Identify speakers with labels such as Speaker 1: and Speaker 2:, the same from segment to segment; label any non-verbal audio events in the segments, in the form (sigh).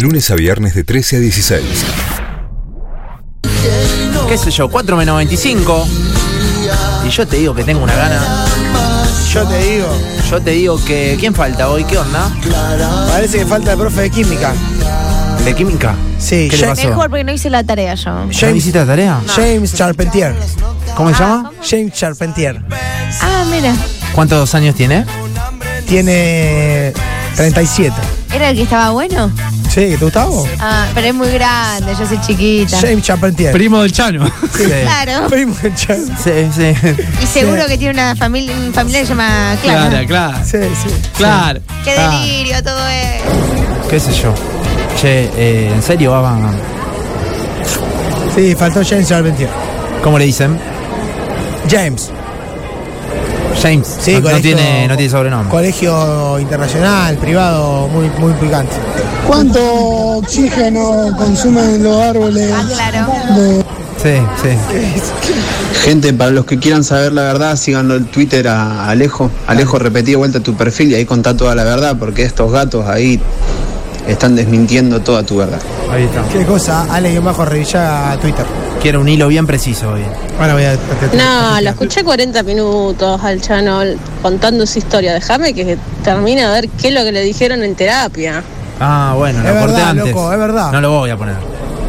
Speaker 1: Lunes a viernes de 13 a 16.
Speaker 2: qué sé yo, 4 menos 25. Y yo te digo que tengo una gana.
Speaker 3: Yo te digo,
Speaker 2: Yo te digo que. ¿Quién falta hoy? ¿Qué onda?
Speaker 3: parece que falta el profe de química.
Speaker 2: ¿De química?
Speaker 3: Sí,
Speaker 2: ¿Qué le
Speaker 3: James,
Speaker 2: pasó?
Speaker 4: Mejor porque no hice la tarea yo.
Speaker 2: ¿Ya
Speaker 3: James,
Speaker 2: visita la tarea?
Speaker 3: James Charpentier.
Speaker 2: ¿Cómo se
Speaker 4: Ah,
Speaker 2: llama?
Speaker 3: James Charpentier
Speaker 4: Ah, mira.
Speaker 2: ¿Cuántos años tiene?
Speaker 3: tiene 37.
Speaker 4: ¿Era el que estaba bueno?
Speaker 3: Sí, ¿te gustaba? vos?
Speaker 4: Ah, pero es muy grande, yo soy chiquita.
Speaker 3: James Charpentier.
Speaker 5: Primo del Chano.
Speaker 2: Sí.
Speaker 4: Claro.
Speaker 3: (laughs) Primo de James.
Speaker 2: Sí, sí.
Speaker 4: Y seguro que tiene una familia, un familiar que se llama Clara.
Speaker 5: Claro, claro.
Speaker 3: Sí, sí.
Speaker 5: Claro.
Speaker 4: Qué
Speaker 2: Ah.
Speaker 4: delirio todo es.
Speaker 2: ¿Qué sé yo? Che, eh, ¿en serio? Ah, van, van.
Speaker 3: Sí, faltó James Charpentier.
Speaker 2: ¿Cómo le dicen?
Speaker 3: James.
Speaker 2: James.
Speaker 3: Sí,
Speaker 2: no, no
Speaker 3: colegio-
Speaker 2: tiene, no tiene sobrenombre.
Speaker 3: Colegio internacional, privado, muy, muy picante.
Speaker 6: ¿Cuánto oxígeno consumen los árboles?
Speaker 4: Ah, claro.
Speaker 2: Sí, sí.
Speaker 7: Gente, para los que quieran saber la verdad, síganlo en Twitter a Alejo. Alejo, repetí de vuelta tu perfil y ahí contá toda la verdad, porque estos gatos ahí están desmintiendo toda tu verdad.
Speaker 2: Ahí está.
Speaker 3: ¿Qué cosa? Ale, bajo revisar Twitter.
Speaker 2: Quiero un hilo bien preciso hoy.
Speaker 3: Ahora voy a...
Speaker 8: No, lo escuché 40 minutos al Chano contando su historia. Déjame que termine a ver qué es lo que le dijeron en terapia.
Speaker 2: Ah, bueno, lo
Speaker 3: Es
Speaker 2: corté
Speaker 3: verdad,
Speaker 2: antes.
Speaker 3: loco, es verdad.
Speaker 2: No lo voy a poner.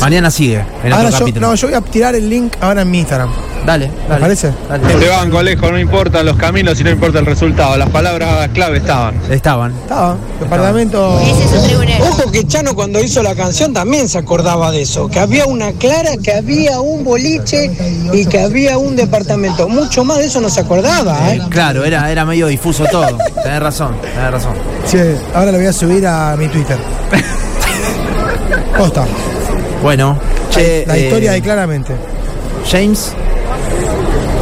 Speaker 2: Mañana sigue, en
Speaker 3: Ahora
Speaker 2: otro
Speaker 3: yo,
Speaker 2: capítulo.
Speaker 3: no, yo voy a tirar el link ahora en mi Instagram.
Speaker 2: Dale, dale.
Speaker 3: parece?
Speaker 2: Dale.
Speaker 9: Te banco, Alejo, no importan los caminos y no importa el resultado. Las palabras clave estaban.
Speaker 2: Estaban.
Speaker 3: Estaba. Departamento...
Speaker 4: Ese es un tribunero.
Speaker 6: Ojo que Chano cuando hizo la canción también se acordaba de eso, que había una clara, que había un boliche y que había un departamento. Mucho más de eso no se
Speaker 3: Ah,
Speaker 6: acordaba, ¿eh?
Speaker 2: Claro, era, era medio difuso todo. (laughs) tenés razón, tenés razón.
Speaker 3: Sí, ahora lo voy a subir a mi Twitter. Costa.
Speaker 2: Bueno, che,
Speaker 3: La
Speaker 2: eh,
Speaker 3: historia de claramente.
Speaker 2: James.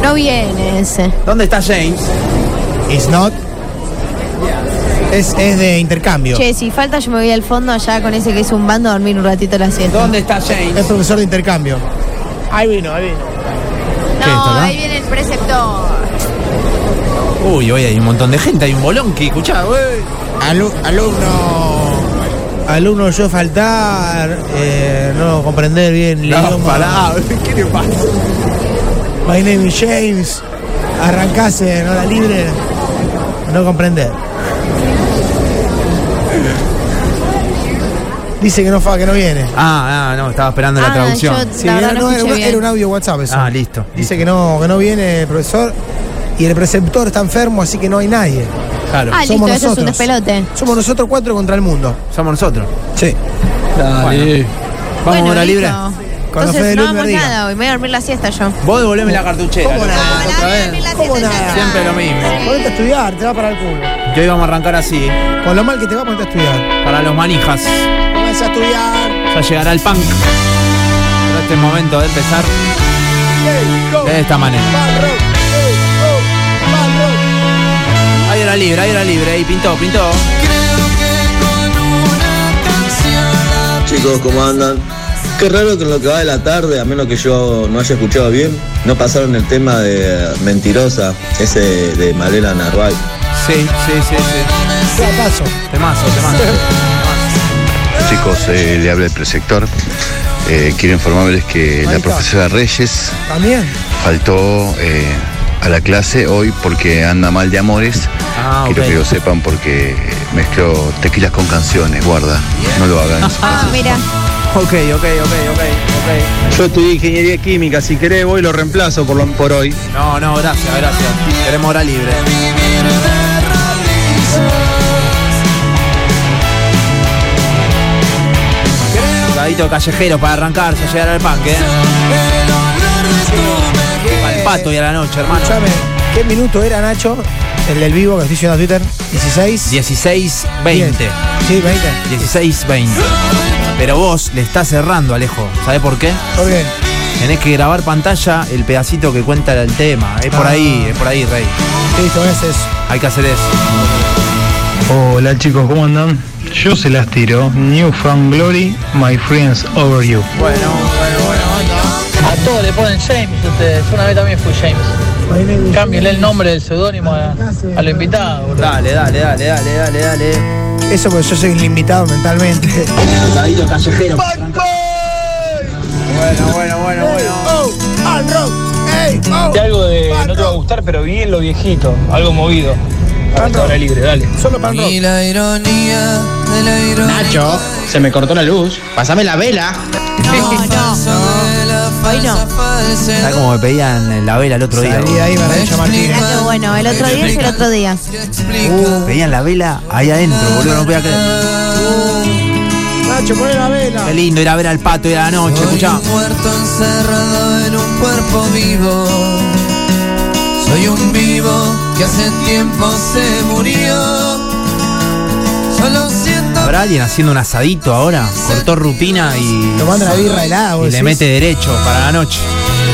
Speaker 4: No viene ese.
Speaker 2: ¿Dónde está James?
Speaker 3: It's not. Es, es de intercambio.
Speaker 4: Che, si falta yo me voy al fondo allá con ese que es un bando a dormir un ratito la siesta.
Speaker 2: ¿Dónde está James?
Speaker 3: Es profesor de intercambio. Ahí vino, ahí vino.
Speaker 4: No, ahí viene el preceptor.
Speaker 2: Uy, hoy hay un montón de gente, hay un bolón que escuchá, güey.
Speaker 3: alumno. Alumno, yo faltar, eh, no comprender bien el
Speaker 2: Ah,
Speaker 3: idioma.
Speaker 2: ¿qué le pasa?
Speaker 3: My name is James. Arrancase en hora libre. No comprender. Dice que no fa, que no viene.
Speaker 2: Ah, ah, no, estaba esperando la
Speaker 4: Ah,
Speaker 2: traducción.
Speaker 4: yo-
Speaker 3: Sí,
Speaker 4: La
Speaker 3: era,
Speaker 4: verdad no
Speaker 3: no, era
Speaker 4: escuché
Speaker 3: un-
Speaker 4: bien.
Speaker 3: era un audio WhatsApp eso.
Speaker 2: Ah, listo,
Speaker 3: Dice que no, que no viene el profesor y el preceptor está enfermo, así que no hay nadie.
Speaker 2: Claro,
Speaker 4: Ah, listo,
Speaker 3: Somos
Speaker 4: eso es un
Speaker 3: nosotros.
Speaker 4: despelote.
Speaker 3: Somos nosotros cuatro contra el mundo.
Speaker 2: somos nosotros.
Speaker 3: Sí.
Speaker 5: Dale.
Speaker 2: Vamos
Speaker 4: Bueno,
Speaker 2: a hora libre.
Speaker 4: listo.
Speaker 3: Con la fe de
Speaker 4: Entonces no
Speaker 3: Luz
Speaker 4: vamos
Speaker 3: Verdiga.
Speaker 4: nada hoy, me voy a dormir la siesta yo. Ah,
Speaker 2: Vos devolveme la cartuchera.
Speaker 3: ¿Cómo
Speaker 2: loco,
Speaker 3: nada?
Speaker 2: otra vez.
Speaker 3: ¿Cómo nada?
Speaker 2: Siempre lo mismo.
Speaker 3: Ponete a estudiar, te va para el culo.
Speaker 2: Que hoy vamos a arrancar así,
Speaker 3: Con lo mal que te va, ponete a estudiar.
Speaker 2: para los manijas.
Speaker 3: Comienza a estudiar.
Speaker 2: Ya llegará el punk. Pero este es momento de empezar de esta manera. Ahí era libre, ahí era libre, ahí pintó, pintó.
Speaker 7: Chicos, ¿cómo andan? Qué raro que en lo que va de la tarde, a menos que yo no haya escuchado bien, no pasaron el tema de Mentirosa, ese de Malena Narváez.
Speaker 2: Sí, sí, sí, sí.
Speaker 3: ¿Qué acaso?
Speaker 2: Temazo, temazo.
Speaker 10: Chicos, eh, le habla el preceptor. Eh, quiero informarles que
Speaker 3: Ahí
Speaker 10: la
Speaker 3: está.
Speaker 10: profesora Reyes
Speaker 3: ¿También?
Speaker 10: faltó eh, a la clase hoy porque anda mal de amores.
Speaker 2: Ah,
Speaker 10: Quiero que lo
Speaker 2: ok.
Speaker 10: sepan porque mezcló tequilas con canciones, guarda. No lo hagan.
Speaker 4: Ah, mira.
Speaker 2: Ok, ok, ok, ok,
Speaker 9: Yo estudié ingeniería química, si querés voy y lo reemplazo por, lo- por hoy.
Speaker 2: ok. No, no, gracias, gracias. Queremos hora libre. Jugadito callejero para arrancar, ya llegar al punk, eh. Al pato y a la noche, hermano.
Speaker 3: Escuchame, ¿qué minuto era Nacho? El del vivo que estoy yendo a Twitter. 16.
Speaker 2: 16-20.
Speaker 3: Sí, 20.
Speaker 2: 16-20. Pero vos le estás cerrando, Alejo. ¿Sabés por qué?
Speaker 3: Muy bien.
Speaker 2: Tenés que grabar pantalla el pedacito que cuenta el tema. Es por
Speaker 3: Ah.
Speaker 2: ahí, es por ahí, Rey.
Speaker 3: Listo, gracias.
Speaker 2: Hay que hacer eso.
Speaker 9: Hola chicos, ¿cómo andan? Yo se las tiro. New Found Glory, My Friends Over You.
Speaker 2: Bueno, bueno, bueno.
Speaker 6: A todos le ponen James ustedes. Una vez también fui James. Cámbienle el nombre del seudónimo a, los invitados.
Speaker 2: Dale, dale, dale, dale, dale, dale.
Speaker 3: Eso porque yo soy el invitado mentalmente.
Speaker 11: (laughs)
Speaker 5: callejero.
Speaker 2: Bueno, bueno, bueno, bueno.
Speaker 12: De algo de no te va a gustar, pero bien lo viejito, algo movido. Ahora libre, dale.
Speaker 3: Solo pan rock.
Speaker 11: la ironía de la ironía.
Speaker 5: Nacho, se me cortó la luz. Pásame la vela.
Speaker 4: No, no. Hoy no.
Speaker 2: ¿Sabes cómo me pedían la vela el otro día?
Speaker 3: Salí de ahí, Barrancha Martínez.
Speaker 4: Mirá qué bueno, el otro día es el otro día.
Speaker 2: Uh, pedían la vela ahí adentro, boludo, no podía creer.
Speaker 3: Nacho, poné la vela.
Speaker 2: Qué lindo ir a ver al pato y a la noche, escuchá.
Speaker 11: muerto encerrado en un cuerpo vivo. Soy un vivo que hace tiempo se murió. Solo siento.
Speaker 2: ¿Habrá alguien haciendo un asadito ahora? Cortó rutina y,
Speaker 3: Tomando la birra
Speaker 2: y
Speaker 3: helada, vos
Speaker 2: le
Speaker 3: decís.
Speaker 2: mete derecho para la noche.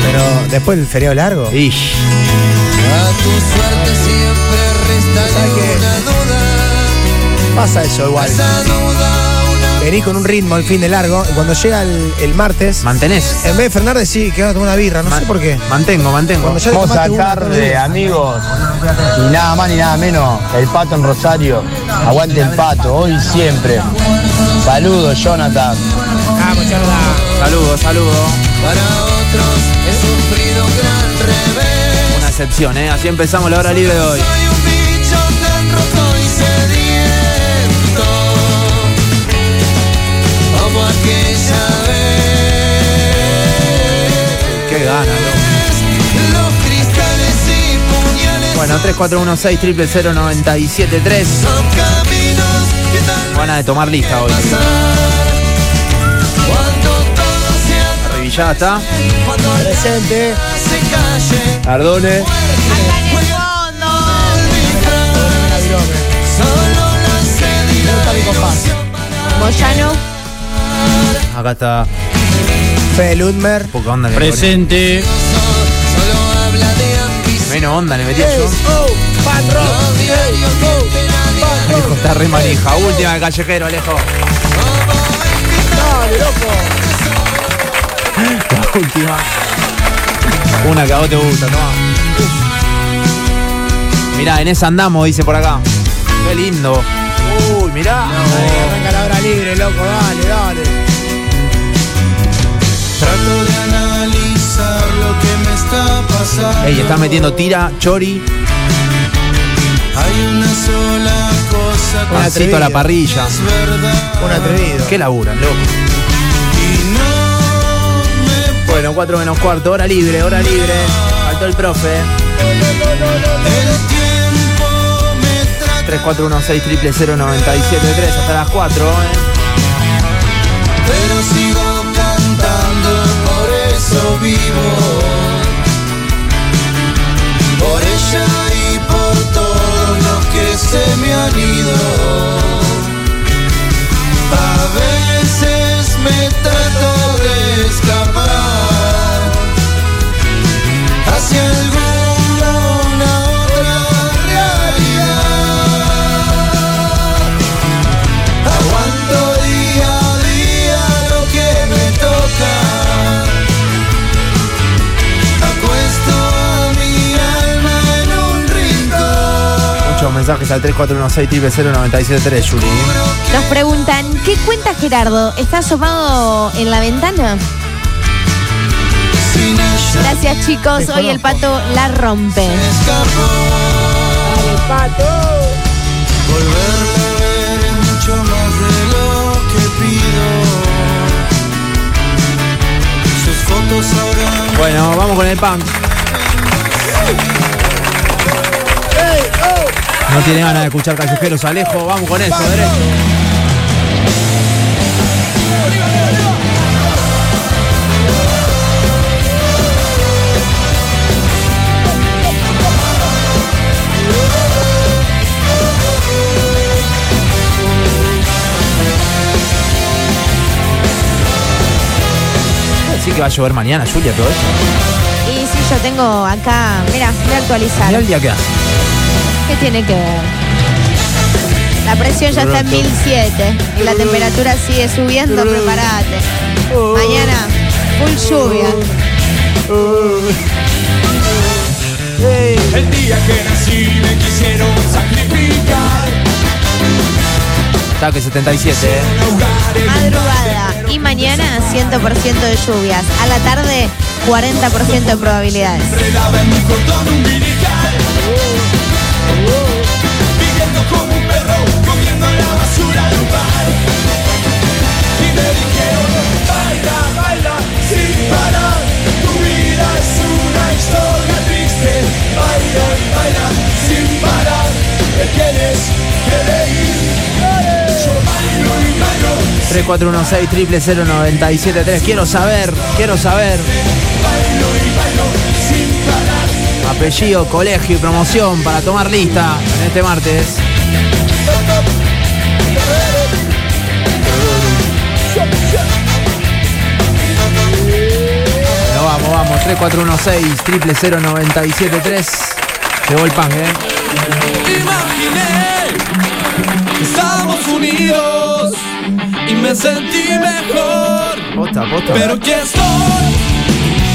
Speaker 3: Pero después del feriado largo.
Speaker 2: Ish.
Speaker 11: A tu suerte siempre resta
Speaker 3: ¿Sabes qué?
Speaker 11: alguna duda.
Speaker 3: Pasa eso igual.
Speaker 11: Esa duda, una.
Speaker 3: Venís con un ritmo el fin de largo y cuando llega el, el martes,
Speaker 2: Mantenés.
Speaker 3: en vez de Fernández sí, que vamos a tomar una birra, no sé por qué.
Speaker 2: Mantengo, mantengo.
Speaker 3: Cuando ya
Speaker 12: Hermosa
Speaker 3: tomaste una, todos los
Speaker 12: tarde,
Speaker 3: días.
Speaker 12: amigos. Y nada más ni nada menos, el pato en Rosario. Aguante el pato, hoy y siempre. Saludos, Jonathan.
Speaker 2: Saludos, saludos.
Speaker 11: Para otros he sufrido un gran revés.
Speaker 2: Una excepción, ¿eh? Así empezamos la hora libre de hoy.
Speaker 11: Soy un bicho tan roto y sediento Como aquella vez
Speaker 2: Qué gana, loco.
Speaker 11: Los cristales y puñales
Speaker 2: Bueno, 3416-000973.
Speaker 11: son caminos que tal
Speaker 2: Van a de tomar lista hoy.
Speaker 11: pasar Cuando todo se acabe,
Speaker 2: Revillada está.
Speaker 11: cuando la
Speaker 3: Presente.
Speaker 11: nada se calle
Speaker 2: Ardone.
Speaker 11: Solo la sed y la ilusión
Speaker 4: Moyano,
Speaker 2: Acá está.
Speaker 3: Fede Ludmer.
Speaker 2: Poca onda le
Speaker 5: Presente.
Speaker 11: Solo habla de ambición
Speaker 2: ponía. Menos onda le metía yo.
Speaker 11: diario que te la diario
Speaker 2: Alejo está re manija. Última de callejero, Alejo. La última. Una que a vos te gusta, toma. Mirá, en esa andamos, dice por acá. Qué lindo. Uy, mirá.
Speaker 3: Arranca la hora libre, loco, dale, dale.
Speaker 11: Trato de analizar lo que me está pasando.
Speaker 2: Ey, está metiendo tira, chori,
Speaker 11: Hay una sola cosa que
Speaker 3: Una
Speaker 2: pancito a la
Speaker 3: atrevida.
Speaker 2: parrilla.
Speaker 11: es verdad.
Speaker 3: Un atrevido.
Speaker 2: Qué labura, loco.
Speaker 11: Y no me
Speaker 2: Bueno, 4 menos cuarto, hora libre, hora libre. Faltó el profe.
Speaker 11: el tiempo me trata
Speaker 2: 3416 triple 0973 hasta las 4, ¿eh?
Speaker 11: pero sigo cantando, por eso vivo. Por ella y por todos los que se me han ido. A veces me trato de escapar hacia alguna otra realidad. Aguanto día a día lo que me toca. Acuesto a mi alma en un rincón.
Speaker 2: Muchos mensajes al 3416 triple 0973, Juli.
Speaker 4: nos preguntan, ¿qué cuenta Gerardo? ¿Está asomado en la ventana?
Speaker 11: Sin ella
Speaker 4: Gracias chicos, hoy el pato la rompe.
Speaker 11: me escapó. Volverla a ver es mucho más de lo que pido. Sus fotos ahora
Speaker 2: Bueno, vamos con el punk. No tiene ganas de escuchar callejeros, Alejo. Vamos con eso, derecho. Así que va a llover mañana, Julia, todo esto.
Speaker 4: Y sí, yo tengo acá, mira, voy a actualizar.
Speaker 2: Mirá el día que hace.
Speaker 4: ¿Qué tiene que ver? La presión ya está en 1007 y la temperatura sigue subiendo, prepárate. Mañana, full lluvia.
Speaker 5: El día que nací me quisieron sacrificar.
Speaker 2: Taque 77, ¿eh?
Speaker 4: Madrugada y mañana 100% de lluvias. A la tarde 40% de probabilidades.
Speaker 2: tres Quiero saber, quiero saber. Apellido, colegio y promoción para tomar lista en este martes. Pero vamos, vamos. 3416-000973. Llegó el pan, ¿eh?
Speaker 11: Imaginé que estábamos unidos y me sentí mejor.
Speaker 2: Posta, posta.
Speaker 11: Pero que estoy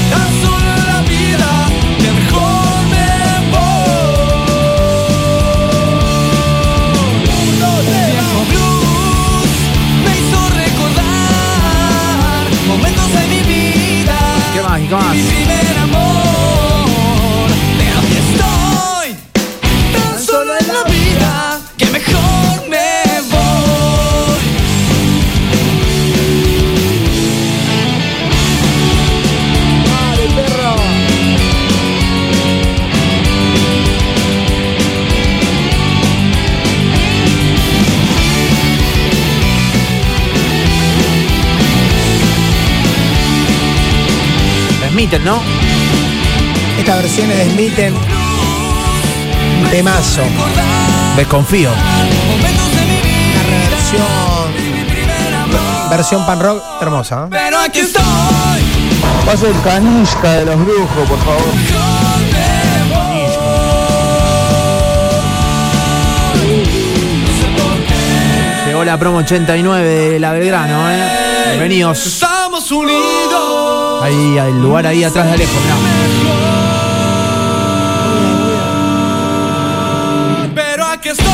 Speaker 11: tan solo en la vida que mejor me voy. Un viejo blues me hizo recordar momentos de mi vida.
Speaker 2: ¿Qué más? ¿Y qué más?
Speaker 11: Mi primer amor. Pero aquí estoy tan solo en la vida que mejor me voy.
Speaker 2: Smitten, ¿no?
Speaker 3: Esta versión es de Smitten. Temazo.
Speaker 2: Desconfío.
Speaker 3: Una reversión. Versión pan rock hermosa. ¿eh?
Speaker 11: Pero aquí estoy.
Speaker 12: Pasa el canista de los brujos, por favor.
Speaker 2: Llegó la promo 89 de la Belgrano, ¿eh? Bienvenidos.
Speaker 11: Estamos unidos.
Speaker 2: Ahí, al lugar ahí atrás de Alejo, mirá.
Speaker 11: Pero aquí estoy.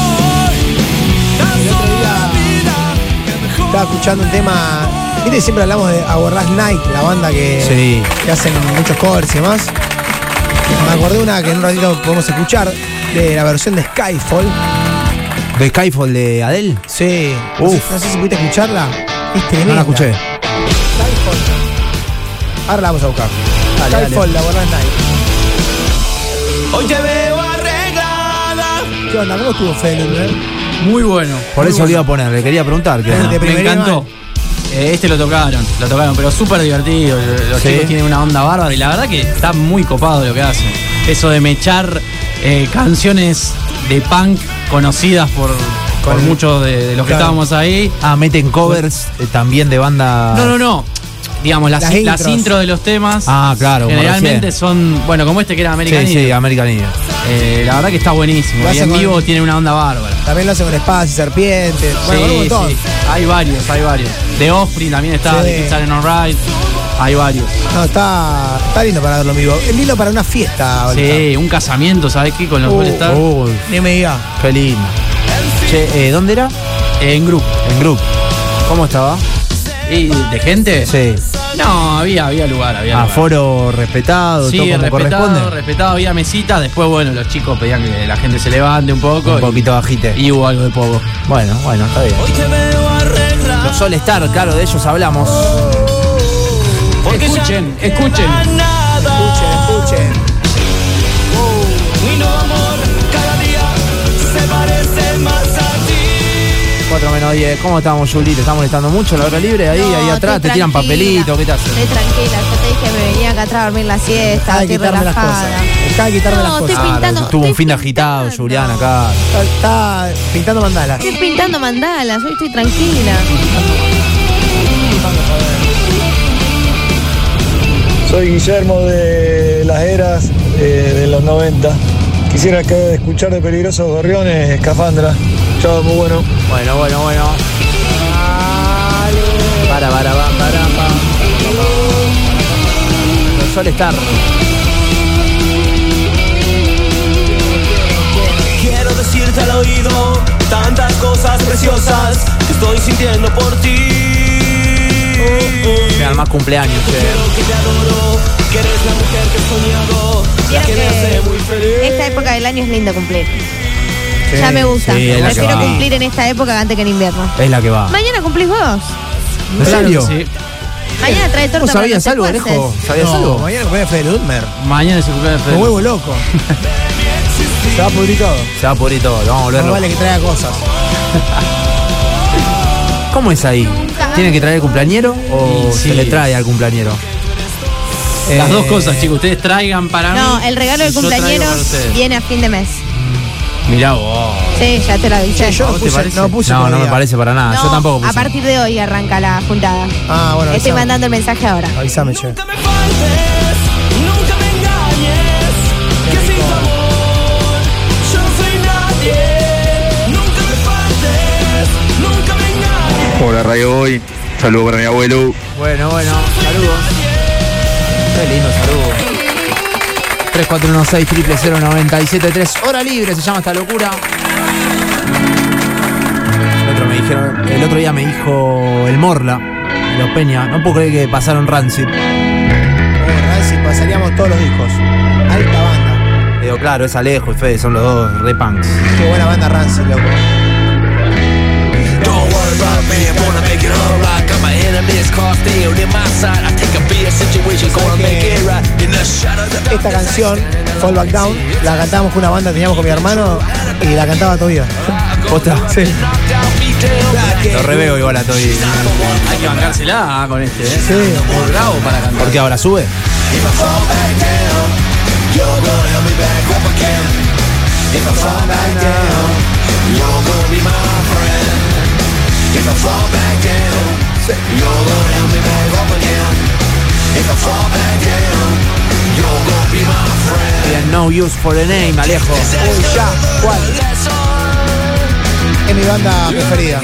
Speaker 11: Tan solo en la vida que mejor
Speaker 3: Estaba escuchando un tema. Viste, siempre hablamos de Our Last Night, la banda que,
Speaker 2: Sí.
Speaker 3: que hacen muchos covers y demás. Me acordé una que en un ratito podemos escuchar de la versión de Skyfall.
Speaker 2: ¿De Skyfall de Adele?
Speaker 3: Sí. No sé,
Speaker 2: Uf.
Speaker 3: no sé si pudiste escucharla. Es
Speaker 2: No la
Speaker 3: tremenda.
Speaker 2: escuché.
Speaker 3: Ahora la vamos a buscar.
Speaker 2: Dale, dale.
Speaker 3: Skyfall, la Our Last Night.
Speaker 11: Hoy te veo arreglada.
Speaker 3: ¿Qué onda? ¿Cómo estuvo Félix? eh?
Speaker 5: Muy bueno.
Speaker 2: Por eso le iba a poner, le quería preguntar. que era.
Speaker 3: De
Speaker 5: Me
Speaker 3: primera
Speaker 5: encantó. Eh, este lo tocaron, lo tocaron, pero súper divertido. Los
Speaker 2: Sí.
Speaker 5: chicos tienen una onda bárbara y la verdad que está muy copado lo que hacen. Eso de mechar eh, canciones de punk conocidas por, por
Speaker 3: Con-
Speaker 5: muchos de, de los que
Speaker 3: Claro.
Speaker 5: estábamos ahí.
Speaker 2: Ah, meten covers eh, también de banda.
Speaker 5: No, no, no. Digamos, las,
Speaker 3: Las
Speaker 5: las
Speaker 3: intros.
Speaker 5: intros de los temas.
Speaker 2: Ah, claro, como
Speaker 5: Generalmente
Speaker 2: recién.
Speaker 5: son, bueno, como este que era American
Speaker 2: Sí,
Speaker 5: Idol.
Speaker 2: sí, American Idiot.
Speaker 5: Eh, la verdad que está buenísimo.
Speaker 3: Lo
Speaker 5: Y
Speaker 3: hace
Speaker 5: en
Speaker 3: con-
Speaker 5: vivo tiene una onda bárbara.
Speaker 3: También lo hace con espadas y serpientes. Bueno, con un
Speaker 5: Sí,
Speaker 3: montón.
Speaker 5: sí. Hay varios, hay varios. De Offspring también está,
Speaker 3: Sí.
Speaker 5: de Kids Are Not Right. Hay varios.
Speaker 3: No, está, está lindo para verlo en vivo. Es lindo para una fiesta, Volta.
Speaker 5: Sí, un casamiento, ¿sabes qué? Con los
Speaker 3: Uh,
Speaker 5: cuales está
Speaker 2: Uy,
Speaker 3: Ni me diga.
Speaker 2: qué lindo. Che, eh, ¿dónde era?
Speaker 5: en grupo.
Speaker 2: En Group. ¿Cómo estaba?
Speaker 5: ¿Y de gente?
Speaker 2: Sí.
Speaker 5: No, había, había lugar, había lugar.
Speaker 2: Aforo respetado,
Speaker 5: Sí,
Speaker 2: todo como
Speaker 5: respetado,
Speaker 2: corresponde.
Speaker 5: respetado, había mesita. Después, bueno, los chicos pedían que la gente se levante un poco.
Speaker 2: Un
Speaker 5: y-
Speaker 2: poquito bajite.
Speaker 5: Y hubo algo de poco.
Speaker 2: Bueno, bueno, está bien.
Speaker 11: Hoy te veo arreglada.
Speaker 2: Los All Star, claro, de ellos hablamos.
Speaker 11: Porque ya
Speaker 5: Escuchen,
Speaker 11: no
Speaker 5: escuchen.
Speaker 11: queda nada.
Speaker 3: Escuchen,
Speaker 11: Oh, Mi nuevo amor cada día se parece más a ti.
Speaker 2: 4 menos 10. ¿Cómo estamos, Juli? ¿Te está molestando mucho la hora libre? Ahí,
Speaker 4: No,
Speaker 2: ahí
Speaker 4: estoy
Speaker 2: atrás, te tiran
Speaker 4: tranquila.
Speaker 2: papelitos, ¿qué te
Speaker 4: Estoy
Speaker 2: hacen?
Speaker 4: tranquila, yo te dije me venía acá atrás a dormir la siesta,
Speaker 3: Dejá de
Speaker 4: estoy
Speaker 3: quitarme las
Speaker 4: relajada.
Speaker 3: cosas. Dejá de quitarme las
Speaker 4: No,
Speaker 3: cosas.
Speaker 4: estoy
Speaker 2: Claro,
Speaker 4: pintando-
Speaker 2: tuvo un
Speaker 4: estoy
Speaker 2: fin agitado,
Speaker 4: pintando.
Speaker 2: Julián, acá.
Speaker 3: Está, está pintando mandalas.
Speaker 4: Estoy pintando mandalas, hoy estoy tranquila.
Speaker 12: Soy Guillermo de las eras eh, de los 90. Quisiera que escuchar de peligrosos gorriones, escafandra. Chao, muy bueno.
Speaker 2: Bueno, bueno, bueno. Para, para, para, para, Los All Star.
Speaker 11: Quiero decirte al oído tantas cosas preciosas estoy sintiendo por ti.
Speaker 2: Vean más cumpleaños. che.
Speaker 11: Que te adoro, que eres la mujer que he soñado, la
Speaker 4: Vieron
Speaker 11: que me hace muy feliz.
Speaker 4: que esta época del año es linda cumplir.
Speaker 2: Sí,
Speaker 4: ya me gusta.
Speaker 2: sí, es la que
Speaker 4: Prefiero
Speaker 2: va.
Speaker 4: cumplir en esta época antes que en invierno.
Speaker 2: Es la que va.
Speaker 4: Mañana cumplís vos.
Speaker 2: ¿En serio?
Speaker 4: Mañana trae torta.
Speaker 2: ¿Vos
Speaker 4: para
Speaker 2: sabías
Speaker 4: que te
Speaker 2: algo,
Speaker 4: esfuerces.
Speaker 2: Alejo? ¿Sabías
Speaker 3: No,
Speaker 2: algo?
Speaker 3: Mañana voy a Fede Ludmer.
Speaker 2: Mañana es el cumpleaños de
Speaker 3: Me
Speaker 2: Fede. (laughs)
Speaker 3: huevo loco. Se va a pudrir todo.
Speaker 2: Se va a pudrir todo, lo vamos a volver
Speaker 3: Más
Speaker 2: loco.
Speaker 3: vale que traiga cosas.
Speaker 2: ¿Cómo es ahí? ¿Tiene que traer el cumpleañero o
Speaker 5: Y sí.
Speaker 2: se le trae al cumpleañero?
Speaker 5: Las
Speaker 2: Eh,
Speaker 5: dos cosas, chicos. Ustedes traigan para mí.
Speaker 4: No, el regalo del
Speaker 5: y yo traigo
Speaker 4: cumpleañero
Speaker 5: para ustedes.
Speaker 4: viene a fin de mes.
Speaker 5: Mirá vos.
Speaker 4: Sí, ya te lo avisé.
Speaker 3: eh, yo no
Speaker 2: te
Speaker 3: puse,
Speaker 2: parece?
Speaker 3: no puse
Speaker 2: No, no
Speaker 3: comida.
Speaker 2: me parece para
Speaker 5: Ah,
Speaker 2: nada.
Speaker 4: No,
Speaker 2: Yo tampoco
Speaker 4: A
Speaker 2: puse.
Speaker 4: partir de hoy arranca la juntada.
Speaker 3: Ah, bueno,
Speaker 4: Estoy
Speaker 3: avísame.
Speaker 4: mandando el mensaje ahora.
Speaker 3: Avísame, che.
Speaker 11: Nunca me engañes, que sin tu amor yo no soy nadie. Nunca me faltes, nunca me engañes.
Speaker 10: Hola Radio Hoy, saludo para mi abuelo.
Speaker 2: Bueno, bueno, saludos. Qué lindo saludo. 3416 0973 Hora libre se llama esta locura. El otro, me dijeron, el otro día me dijo el Morla, los Peña. No puedo creer que pasaron Rancid.
Speaker 3: Bueno, Nancy, pasaríamos todos los discos. Alta banda.
Speaker 2: Le digo, claro, es Alejo y Fede, son los dos re punks.
Speaker 3: Qué buena banda Rancy, loco.
Speaker 11: Don't worry about me, I'm gonna make it alright. Got my enemies cause they on my side. I think I'll be a situation, gonna make it right. In the shadow of the
Speaker 3: Esta canción, Fall Back Down, la cantábamos con una banda que teníamos con mi hermano y la cantaba todo vida.
Speaker 2: ¿Posta? Sí.
Speaker 11: knockdown, beat down.
Speaker 2: Lo reveo igual a Toy.
Speaker 5: Hay que bancársela ah, con este, ¿eh?
Speaker 3: Sí.
Speaker 5: Muy bravo para cantar.
Speaker 2: ¿Por qué ahora sube?
Speaker 11: If I fall back down, you're gonna help me back up again. If I fall back down, you're gonna be my friend. If I fall back down, you're gonna help me back up again. If I fall back down, you're gonna be my friend.
Speaker 2: Bien, no use for the name, Alejo.
Speaker 3: Uy, ya, ¿cuál? Es mi banda preferida.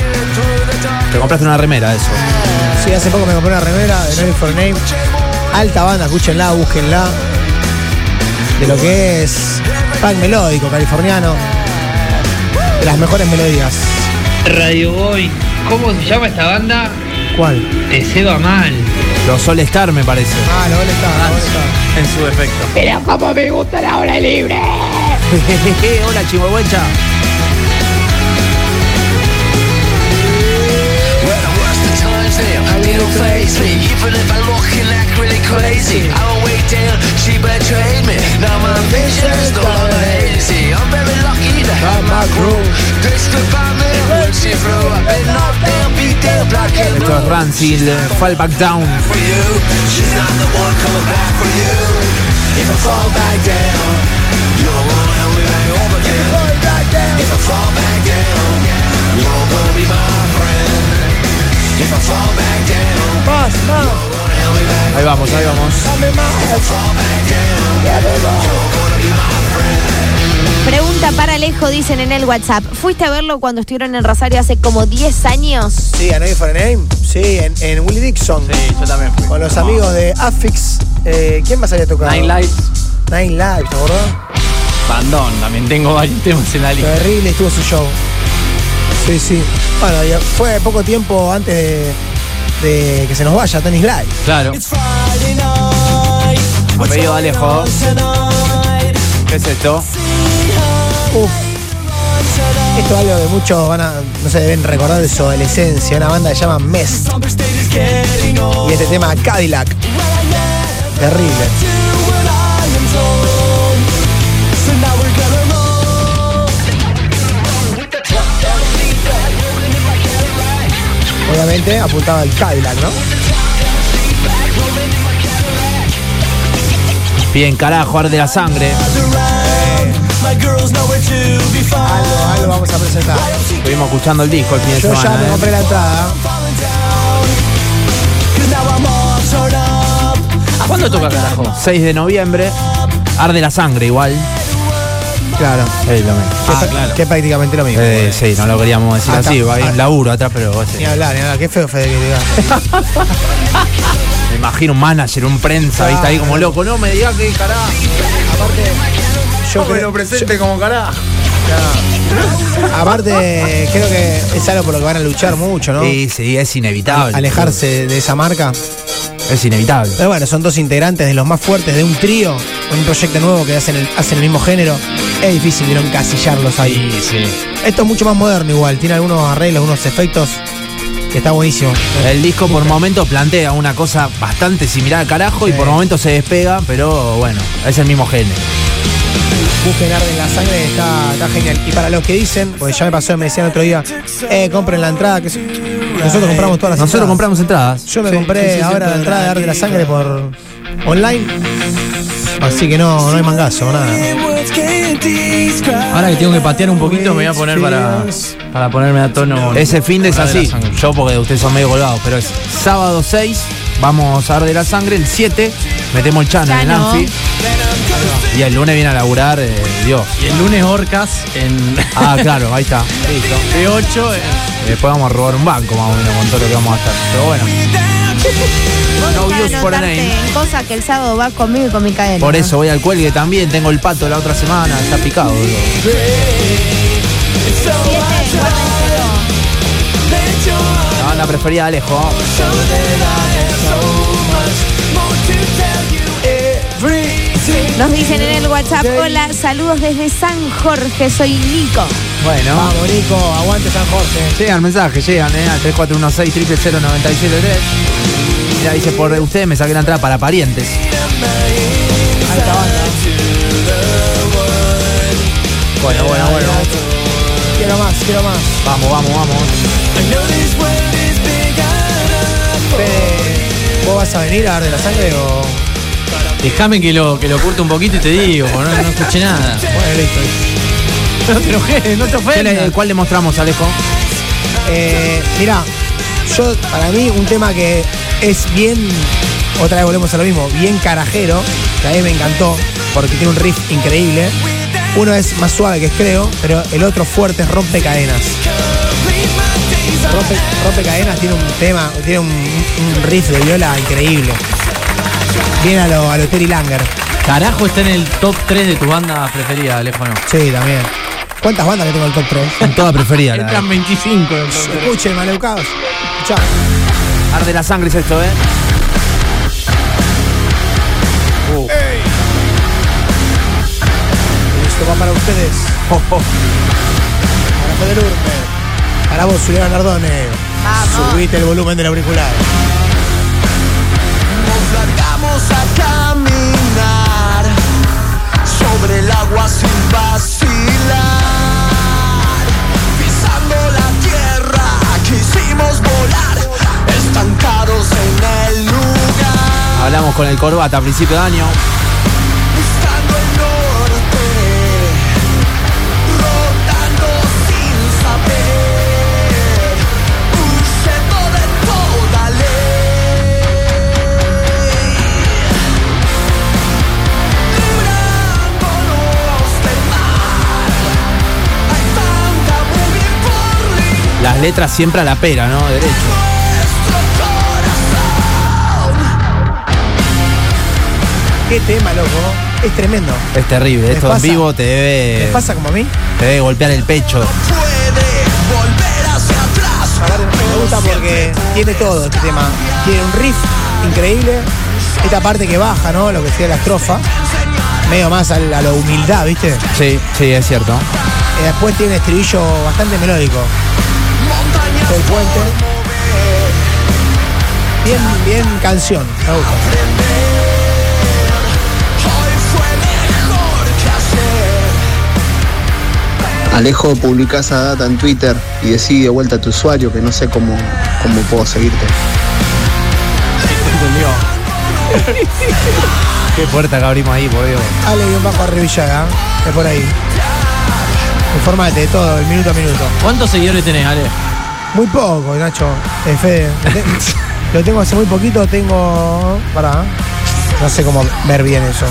Speaker 2: Te compraste una remera de eso.
Speaker 3: Sí, hace poco me compré una remera de No Need for Name. Alta banda, escúchenla, búsquenla. De lo que es punk melódico californiano. De las mejores melodías.
Speaker 13: Radio Boy. ¿Cómo se llama esta banda?
Speaker 3: ¿Cuál?
Speaker 13: Te ceba mal.
Speaker 2: Los Sol Star, me parece.
Speaker 3: Ah, lo vale está, lo vale está.
Speaker 2: En su defecto.
Speaker 13: Pero como me gusta la hora libre.
Speaker 2: Eh, Hola, Chihuahuencha.
Speaker 11: Well, the worst of times there, they don't phase me. Even if I'm looking like really crazy, I won't wait till she betrayed me. Now my vision is no longer hazy. I'm very lucky to
Speaker 5: Ah,
Speaker 11: have my crew. This could buy me when she through. I've been up there, beat there, black and
Speaker 2: Esto es
Speaker 11: blue.
Speaker 2: Rancid, eh, Fall Back Down.
Speaker 11: For you, she's not the one coming back for you. If I fall back down, you're gonna help me back up again. If I fall back down, you're gonna be my friend. If I fall back down.
Speaker 3: Más, más.
Speaker 2: Ahí vamos, ahí vamos.
Speaker 4: Pregunta para Alejo, dicen en el WhatsApp. ¿Fuiste a verlo cuando estuvieron en Rosario hace como 10 años?
Speaker 3: Sí, a No Need for Name. Sí, en, en Willie Dixon.
Speaker 5: Sí, yo también fui.
Speaker 3: Con los amigos de Affix. Eh, ¿Quién más había tocado?
Speaker 5: Nine Lights,
Speaker 3: Nine Lives, ¿verdad?
Speaker 5: Bandón. También tengo varios temas en la lista.
Speaker 3: Terrible estuvo su show. Sí, sí. Bueno, y fue poco tiempo antes de, de que se nos vaya Tony Slide.
Speaker 5: Claro.
Speaker 2: Me pedido de Alejo. ¿Qué es esto?
Speaker 3: Uf. Esto es algo que muchos van a, no se deben recordar de su adolescencia, una banda que se llama Mess. Y este tema Cadillac. Terrible. Obviamente apuntaba al Cadillac, ¿no?
Speaker 2: Bien, carajo, arde la sangre.
Speaker 3: Algo, algo vamos a presentar.
Speaker 2: Estuvimos escuchando el disco el fin de
Speaker 3: Yo ya
Speaker 2: semana.
Speaker 3: me
Speaker 2: ¿eh?
Speaker 3: compré la entrada.
Speaker 5: ¿Cuándo toca carajo?
Speaker 2: 6 de noviembre. Arde la sangre igual.
Speaker 3: Claro.
Speaker 2: Sí, lo mismo.
Speaker 3: que, es- que es prácticamente lo mismo.
Speaker 2: Eh, Ah, sí, no lo queríamos decir
Speaker 3: Acá-
Speaker 2: así. Va
Speaker 3: acá-
Speaker 2: bien laburo atrás, pero eh, sí.
Speaker 3: Ni hablar, ni hablar. Qué feo, Fede,
Speaker 2: (laughs)
Speaker 3: que digas.
Speaker 2: Me imagino un manager, un prensa, viste ahí como loco. No me digas que carajo.
Speaker 3: Yo creo-
Speaker 2: presente como carajo.
Speaker 3: Claro. Aparte, creo que es algo por lo que van a luchar mucho, ¿no?
Speaker 2: Sí, sí, es inevitable.
Speaker 3: Alejarse de esa marca.
Speaker 2: Es inevitable.
Speaker 3: Pero bueno, son dos integrantes de los más fuertes de un trío, un proyecto nuevo que hacen el, hacen el mismo género. Es difícil no encasillarlos ahí.
Speaker 5: Sí, sí.
Speaker 3: Esto es mucho más moderno igual, tiene algunos arreglos, unos efectos que está buenísimo.
Speaker 2: El disco por momentos plantea una cosa bastante similar al carajo y por momentos se despega, pero bueno, es el mismo género.
Speaker 3: Busquen Arde en la sangre, está, está genial. Y para los que dicen, porque ya me pasó, me decían el otro día, eh, compren la entrada, que es- nosotros compramos todas las
Speaker 2: Nosotros
Speaker 3: entradas.
Speaker 2: compramos entradas.
Speaker 3: Yo me compré ahora la entrada de Arde en la sangre por online. Así que no, no hay mangazo, nada.
Speaker 5: Ahora que tengo que patear un poquito, me voy a poner para, para ponerme a tono.
Speaker 2: Ese fin de es
Speaker 5: Arde la
Speaker 2: así.
Speaker 5: sangre.
Speaker 2: Yo porque ustedes son medio colgados, pero es sábado 6, vamos a Arde la Sangre, el 7, metemos el chano en el
Speaker 5: Chano.
Speaker 2: Anfi. Y el lunes viene a laburar eh, Dios.
Speaker 5: Y el lunes Orcas en.
Speaker 2: Ah,
Speaker 5: (laughs)
Speaker 2: claro, ahí está.
Speaker 5: De eh. 8.
Speaker 2: Después vamos a robar un banco más o menos con todo lo que vamos a gastar. Pero bueno,
Speaker 4: Vos
Speaker 2: use
Speaker 4: tenés que
Speaker 2: for a
Speaker 4: anotarte
Speaker 2: name.
Speaker 4: en cosas que el sábado va conmigo y con mi cadena.
Speaker 2: por eso voy al cuelgue también, tengo el pato la otra semana, está picado. digo. La banda preferida de Alejo.
Speaker 4: Nos dicen en el WhatsApp, hola, saludos desde San Jorge, soy Nico.
Speaker 2: Bueno.
Speaker 3: Vamos, Nico, aguante San Jorge.
Speaker 2: Ah, Llegan mensajes, llegan, ¿eh? Al 3416 000973 Mira, dice, por ustedes me saqué la entrada para parientes. Bueno, bueno, bueno.
Speaker 3: Quiero más, quiero más.
Speaker 2: Vamos, vamos, vamos.
Speaker 3: Fede, ¿Vos vas a venir a Arde la sangre o.?
Speaker 5: Déjame que lo, que lo curte un poquito y te digo, porque no, no escuché nada.
Speaker 3: Bueno, listo.
Speaker 5: (laughs) No te enojes, no te ofendas.
Speaker 2: ¿Cuál le mostramos, Alejo?
Speaker 3: Eh, mirá, yo para mí un tema que es bien, otra vez volvemos a lo mismo, bien carajero, que a mí me encantó porque tiene un riff increíble. Uno es más suave que es creo, pero el otro fuerte es rompe cadenas. Rompe, Rompe cadenas tiene un tema, tiene un, un riff de viola increíble. Viene a lo, a lo Terry Langer.
Speaker 5: Carajo está en el top 3 de tus bandas preferidas, Alejo, ¿no?
Speaker 3: Sí, también. ¿Cuántas bandas que tengo en el top 3?
Speaker 2: En toda preferida. la
Speaker 5: Entran 25. en el top tres.
Speaker 3: Escuchen, maleducados. Chao.
Speaker 2: verdad. Arde la sangre es esto, ¿eh? Uh.
Speaker 3: Esto va para ustedes. Para poder Urme. Para vos, Julián Nardone.
Speaker 11: Vamos.
Speaker 3: Subite el volumen del auricular.
Speaker 11: Nos largamos a caminar sobre el agua sin vacilar, pisando la tierra quisimos volar, estancados en el lugar,
Speaker 2: Hablamos con el corbata a principio de año.
Speaker 11: buscando el norte, rodando sin saber, huyendo de toda ley.
Speaker 2: Las letras siempre a la pera, ¿no? Derecho.
Speaker 3: Qué tema, loco. Es tremendo.
Speaker 2: Es terrible.
Speaker 3: ¿Les
Speaker 2: Esto en
Speaker 3: pasa?
Speaker 2: vivo te
Speaker 3: ¿Les
Speaker 2: debe.
Speaker 3: pasa como a mí?
Speaker 2: Te debe golpear el pecho.
Speaker 3: Aparte, Me gusta porque tiene todo este tema. Tiene un riff increíble. Esta parte que baja, ¿no? Lo que sería la estrofa. Medio más al- a la humildad, ¿viste?
Speaker 2: Sí, sí, es cierto.
Speaker 3: Y después tiene un estribillo bastante melódico. Del puente. Bien, bien canción. Me gusta.
Speaker 7: Alejo, publicá esa data en Twitter y decí de vuelta a tu usuario que no sé cómo, cómo puedo seguirte.
Speaker 2: Qué puerta que abrimos ahí, por Dios.
Speaker 3: Ale y un bajo a Revillaga, es por ahí. Informate de todo, el minuto a minuto.
Speaker 5: ¿Cuántos seguidores tenés, Ale?
Speaker 3: Muy poco, Nacho. Eh, Fede. Lo
Speaker 2: (laughs)
Speaker 3: te- Lo tengo hace muy poquito, tengo. Pará. No sé cómo ver bien eso.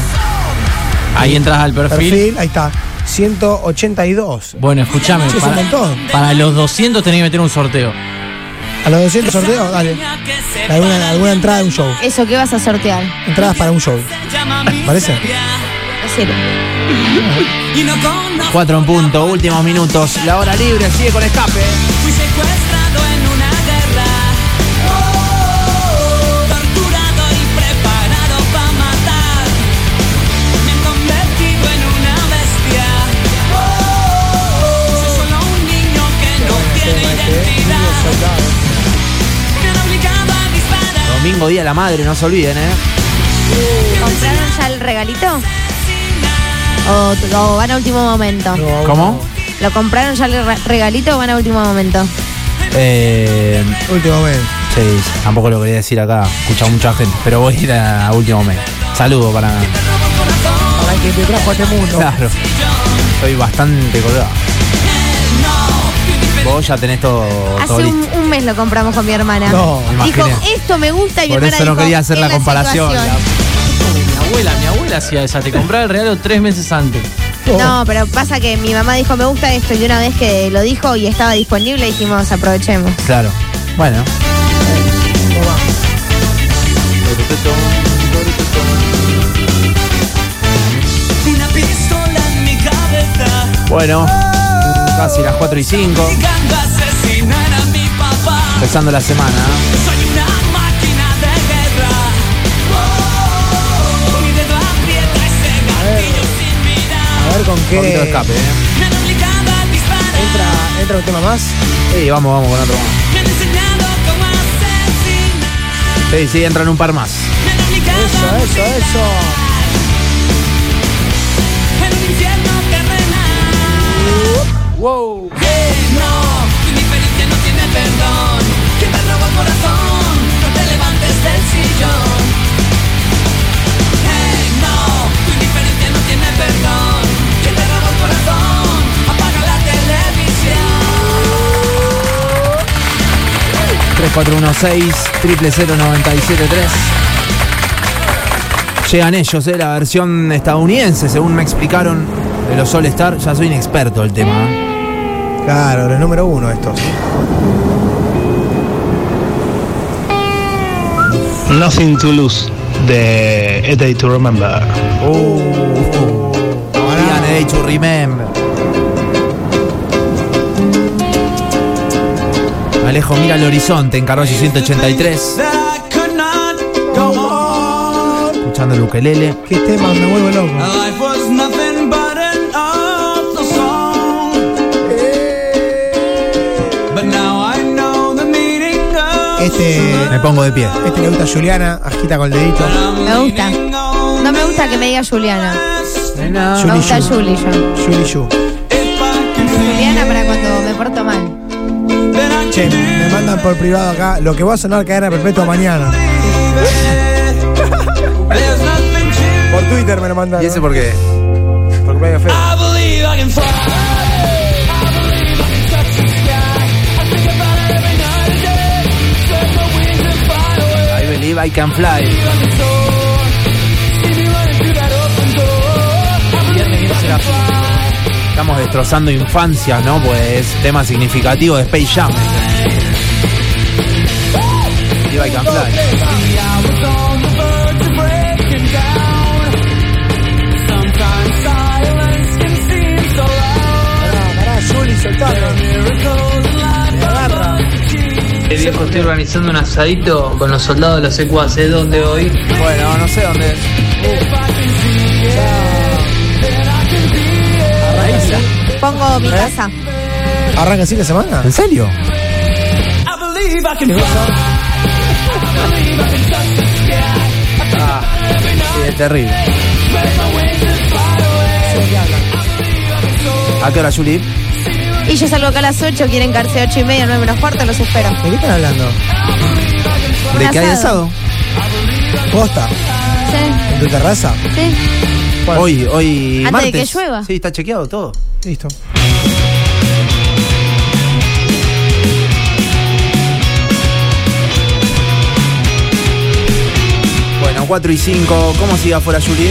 Speaker 5: Ahí entras al perfil.
Speaker 3: Perfil, ahí está. 182.
Speaker 5: Bueno, escúchame.
Speaker 3: Sí, es un
Speaker 5: Para,
Speaker 3: montón.
Speaker 5: para los 200 tenés que meter un sorteo.
Speaker 3: A los 200 sorteos, dale. Alguna, alguna entrada de un show.
Speaker 4: Eso, ¿qué vas a sortear?
Speaker 3: Entradas para un show. ¿Parece?
Speaker 4: sirve.
Speaker 2: Cuatro en punto, últimos minutos. La hora libre sigue con escape.
Speaker 11: Fui secuestrado en una guerra, torturado y preparado para matar. Me han convertido en una bestia. Soy solo un niño que no tiene identidad. Me han obligado a disparar.
Speaker 2: Domingo día de la madre, no se olviden, ¿eh?
Speaker 4: ¿Compraron ya el regalito? ¿O, o van a último momento?
Speaker 2: ¿Cómo?
Speaker 4: ¿Lo compraron ya el re- regalito o van a último momento?
Speaker 2: Eh, último mes. Sí, sí, tampoco lo quería decir acá. Escucha mucha gente, pero voy a ir a, a último mes. Saludo para.
Speaker 3: Para que te trajo a este mundo.
Speaker 2: Claro. Soy bastante colgado. Vos ya tenés todo,
Speaker 4: Hace
Speaker 2: todo listo.
Speaker 4: un, un mes lo compramos con mi hermana.
Speaker 2: No,
Speaker 4: dijo,
Speaker 2: imagínate.
Speaker 4: esto me gusta y mi
Speaker 2: Por
Speaker 4: hermana
Speaker 2: eso no
Speaker 4: dijo,
Speaker 2: quería hacer
Speaker 4: "Es
Speaker 2: la comparación".
Speaker 4: situación".
Speaker 5: Mi abuela, mi abuela hacía esa, te compraba el regalo tres meses antes.
Speaker 4: No, pero pasa que mi mamá dijo, me gusta esto, y una vez que lo dijo y estaba disponible, dijimos, aprovechemos.
Speaker 2: Claro. Bueno.
Speaker 11: Una pistola en mi cabeza.
Speaker 2: Bueno. Casi las 4 y 5.
Speaker 11: Llegando a asesinar a mi papá.
Speaker 2: Empezando la semana. ¿eh?
Speaker 11: Soy una máquina de guerra. Mi dedo aprieta ese gatillo sin mirar.
Speaker 3: A ver con
Speaker 2: Un poquito de
Speaker 3: qué.
Speaker 2: escape, ¿eh?
Speaker 11: Me han obligado a disparar.
Speaker 3: Entra, entra un tema más.
Speaker 2: Sí, vamos, vamos con otro más.
Speaker 11: Me han enseñado cómo asesinar.
Speaker 2: Sí, sí, entran un par más.
Speaker 11: Me han obligado a
Speaker 3: Eso,
Speaker 11: vivir
Speaker 3: eso.
Speaker 11: en un infierno terrenal.
Speaker 2: Wow.
Speaker 11: Que no, tu indiferencia no tiene perdón. Que me robó el corazón. No te levantes del sillón. Hey, no, tu indiferencia no tiene perdón. Que me robó el corazón. Apaga la televisión.
Speaker 2: 3416-000973. Llegan ellos, ¿eh? la versión estadounidense, según me explicaron de los All Star. Ya soy inexperto del tema. ¿eh?
Speaker 3: Claro, los número uno estos.
Speaker 9: Nothing to Lose de A Day to Remember.
Speaker 2: Digan, eh, to remember. Alejo, mira el horizonte en Carroyo 183. Escuchando el ukelele.
Speaker 3: Qué tema, me vuelvo loco.
Speaker 11: Life was nothing but an awful song. But now I know the meaning of
Speaker 3: Este,
Speaker 2: Me pongo de pie.
Speaker 3: este le gusta a Juliana, agita con el dedito.
Speaker 4: Me gusta. No me gusta que me diga Juliana.
Speaker 11: Ah,
Speaker 4: Me
Speaker 3: Juli,
Speaker 4: gusta
Speaker 3: Ju.
Speaker 4: Juli yo.
Speaker 3: Juli Ju.
Speaker 4: Juliana para cuando me porto mal.
Speaker 3: Che, me mandan por privado acá. Lo que va a sonar cadena perpetua mañana. Por Twitter me lo mandan.
Speaker 2: ¿Y ese por qué?
Speaker 3: Porque me dio feo.
Speaker 11: I believe I can fly. I believe I can touch the sky. I think about it every night and day. Spread my wings and fly away.
Speaker 2: I believe I can fly.
Speaker 11: Believe I can soar. See me running through that open door. I believe I can fly.
Speaker 2: Estamos destrozando infancias, ¿no? Pues es tema significativo de Space Jam. Believe I can fly.
Speaker 11: See, I was on the verge of breaking down. Sometimes silence can seem so loud.
Speaker 3: Pará, Juli, soltalo.
Speaker 11: Miracles in life are hard to achieve.
Speaker 13: El Este viejo estoy organizando un asadito con los soldados de los secuaces. ¿Dónde voy?
Speaker 2: Bueno, no sé dónde es.
Speaker 11: If I can see it, then I can be it.
Speaker 4: Pongo mi casa.
Speaker 3: ¿Arranca así la semana?
Speaker 2: ¿En serio?
Speaker 11: I believe I can fly. I believe I can touch the sky.
Speaker 2: Sí, es terrible. ¿A qué hora, Juli?
Speaker 4: Y yo salgo acá a las 8, quieren quedarse 8 y media, 9 menos cuarto, los espero.
Speaker 3: ¿De qué están hablando?
Speaker 2: ¿De
Speaker 4: Un
Speaker 2: qué hay
Speaker 4: asado.
Speaker 2: asado?
Speaker 3: ¿Posta?
Speaker 4: Sí,
Speaker 3: ¿En tu terraza?
Speaker 4: sí.
Speaker 3: Bueno.
Speaker 2: Hoy, hoy
Speaker 4: Antes de
Speaker 2: martes.
Speaker 4: que llueva.
Speaker 2: Sí, está chequeado todo.
Speaker 3: Listo.
Speaker 2: Bueno, 4 y 5. ¿Cómo sigue afuera, Juli?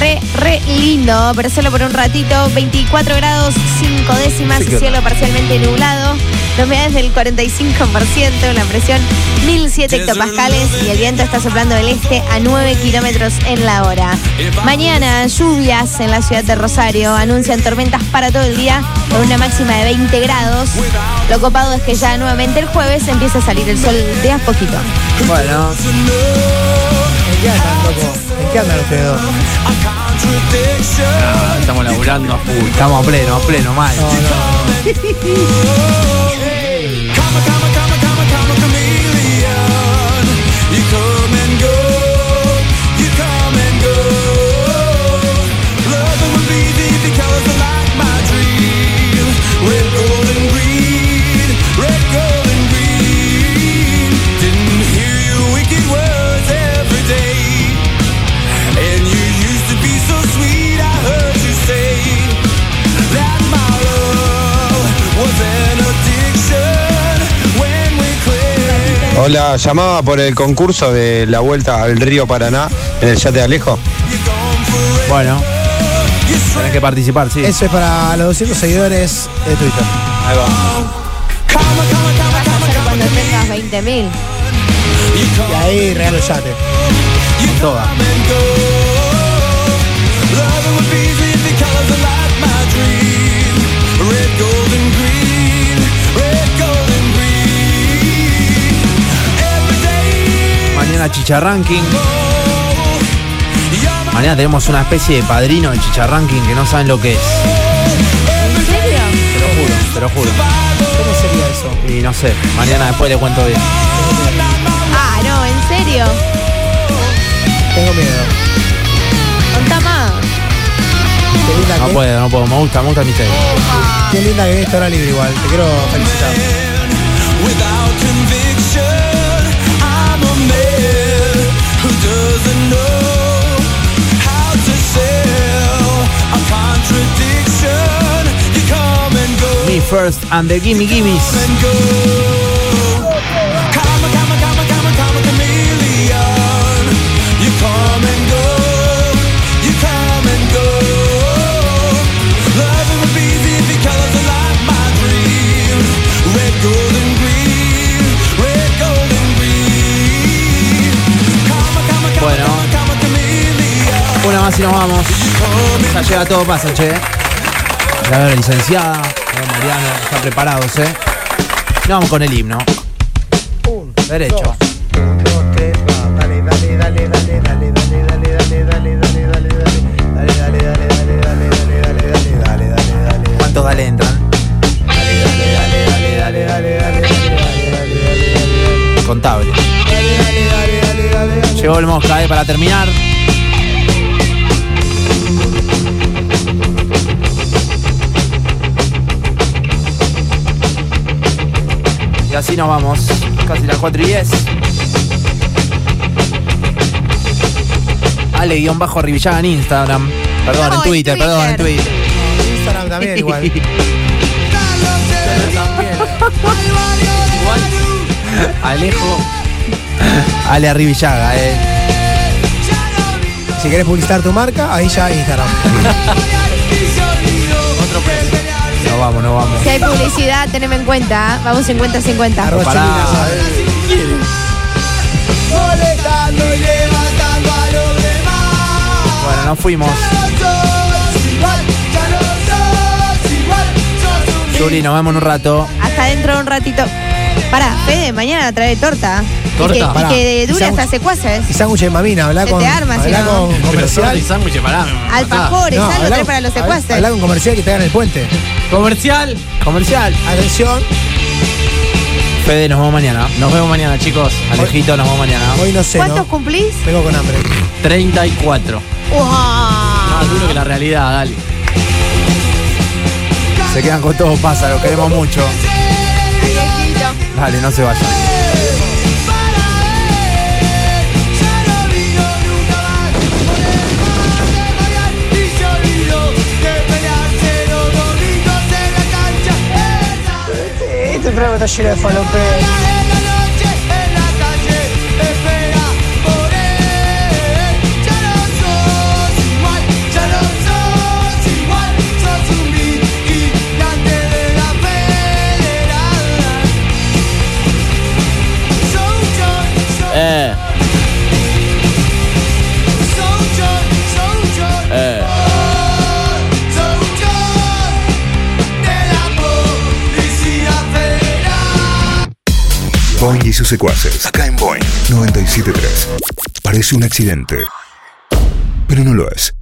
Speaker 4: Re, re lindo, pero solo por un ratito. 24 grados, 5 décimas,
Speaker 2: Sí, qué
Speaker 4: cielo parcialmente nublado. La humedad es del 45%, la presión 1007 hectopascales y el viento está soplando del este a 9 kilómetros en la hora. Mañana, lluvias en la ciudad de Rosario. Anuncian tormentas para todo el día con una máxima de 20 grados. Lo copado es que ya nuevamente el jueves empieza a salir el sol de a poquito.
Speaker 3: Bueno. ¿En qué andan, loco? ¿En qué andan ustedes dos?
Speaker 5: Nada, estamos laburando a full.
Speaker 2: Estamos a pleno, a pleno, mal.
Speaker 14: Hola, llamaba por el concurso de la vuelta al río Paraná en el yate de Alejo.
Speaker 2: Bueno, tenés que participar, sí.
Speaker 3: Eso es para los 200 seguidores de Twitter.
Speaker 14: Ahí va.
Speaker 4: Vas a hacer cuando tengas 20.000.
Speaker 3: Y ahí regalo yate.
Speaker 2: Toda. Mañana chicharranking. Mañana tenemos una especie de padrino del chicharranking que no saben lo que es.
Speaker 4: ¿En serio?
Speaker 2: Te lo juro, te lo juro.
Speaker 3: ¿Cómo sería eso?
Speaker 2: Y no sé, mañana después le cuento bien.
Speaker 4: Ah, no, en serio.
Speaker 3: Tengo miedo.
Speaker 4: Contá más.
Speaker 3: Qué linda,
Speaker 2: No
Speaker 3: que,
Speaker 2: puedo, no puedo. Me gusta, me gusta el misterio.
Speaker 3: qué linda que es esta hora libre igual. Te quiero felicitar.
Speaker 2: Me first and the gimme gimmes. Bueno, una más y nos vamos. Ya llega todo pasa, che. Ya veo la licenciada, ya veo Mariano, están preparados, eh. Nos vamos con el himno.
Speaker 3: Un,
Speaker 2: Derecho.
Speaker 3: dos, tres, va. Dale, dale, dale, dale, dale, dale, dale, dale, dale, dale, dale, dale. Dale, dale, dale, dale, dale, dale, dale, dale, dale, dale, dale.
Speaker 2: ¿Cuántos dale entran?
Speaker 3: Dale, dale, dale, dale, dale, dale, dale, dale.
Speaker 2: Contable. Llegó el mosca, eh, para terminar. Y así nos vamos. Casi las 4 y 10. Ale-Rivillaga en Instagram. Perdón, en
Speaker 4: No, en
Speaker 2: Twitter, perdón, en
Speaker 4: Twitter.
Speaker 2: Twitter.
Speaker 3: Instagram también igual.
Speaker 2: (laughs)
Speaker 5: (laughs) Igual, Alejo,
Speaker 2: Ale Rivillaga, eh.
Speaker 3: Si querés publicitar tu marca, ahí ya Instagram.
Speaker 2: Nos vamos, nos vamos.
Speaker 4: Si hay publicidad, teneme en cuenta. ¿ah? Vamos 50-50.
Speaker 2: Pará. Bueno, nos fuimos. Juli, nos vemos en un rato.
Speaker 4: Hasta dentro de un ratito. Pará, Fede, mañana trae torta. Y
Speaker 5: Torta.
Speaker 4: que- Y
Speaker 3: Pará.
Speaker 4: que,
Speaker 3: Y
Speaker 4: dure
Speaker 3: sándwich.
Speaker 4: hasta secuaces.
Speaker 3: Y sándwich de mamina, habla
Speaker 4: Se
Speaker 3: con.
Speaker 4: te arma, si
Speaker 3: habla
Speaker 4: no.
Speaker 3: con
Speaker 5: pero torta
Speaker 3: comercial.
Speaker 5: y sándwiches, pará. me matás.
Speaker 4: Alfajores, algo
Speaker 3: habla
Speaker 4: trae
Speaker 3: con-
Speaker 4: para los
Speaker 3: habla-
Speaker 4: secuaces.
Speaker 3: Habla con comercial que te hagan el puente.
Speaker 5: Comercial.
Speaker 2: Comercial.
Speaker 3: Atención,
Speaker 2: Fede, nos vemos mañana.
Speaker 5: Nos vemos mañana, chicos.
Speaker 2: Alejito, nos vemos mañana.
Speaker 3: hoy no sé,
Speaker 4: ¿Cuántos
Speaker 3: ¿no?
Speaker 4: cumplís?
Speaker 3: Vengo con hambre.
Speaker 5: 34.
Speaker 4: Uah.
Speaker 5: Más duro que la realidad, dale.
Speaker 2: Se quedan con todos pasa, los queremos mucho.
Speaker 4: Alejito.
Speaker 2: Dale, no se vayan.
Speaker 3: Este programa está lleno de falopé.
Speaker 11: Sos un vigilante de la federal
Speaker 1: Boeing y sus secuaces. Acá en Boeing 973. Parece un accidente, pero no lo es.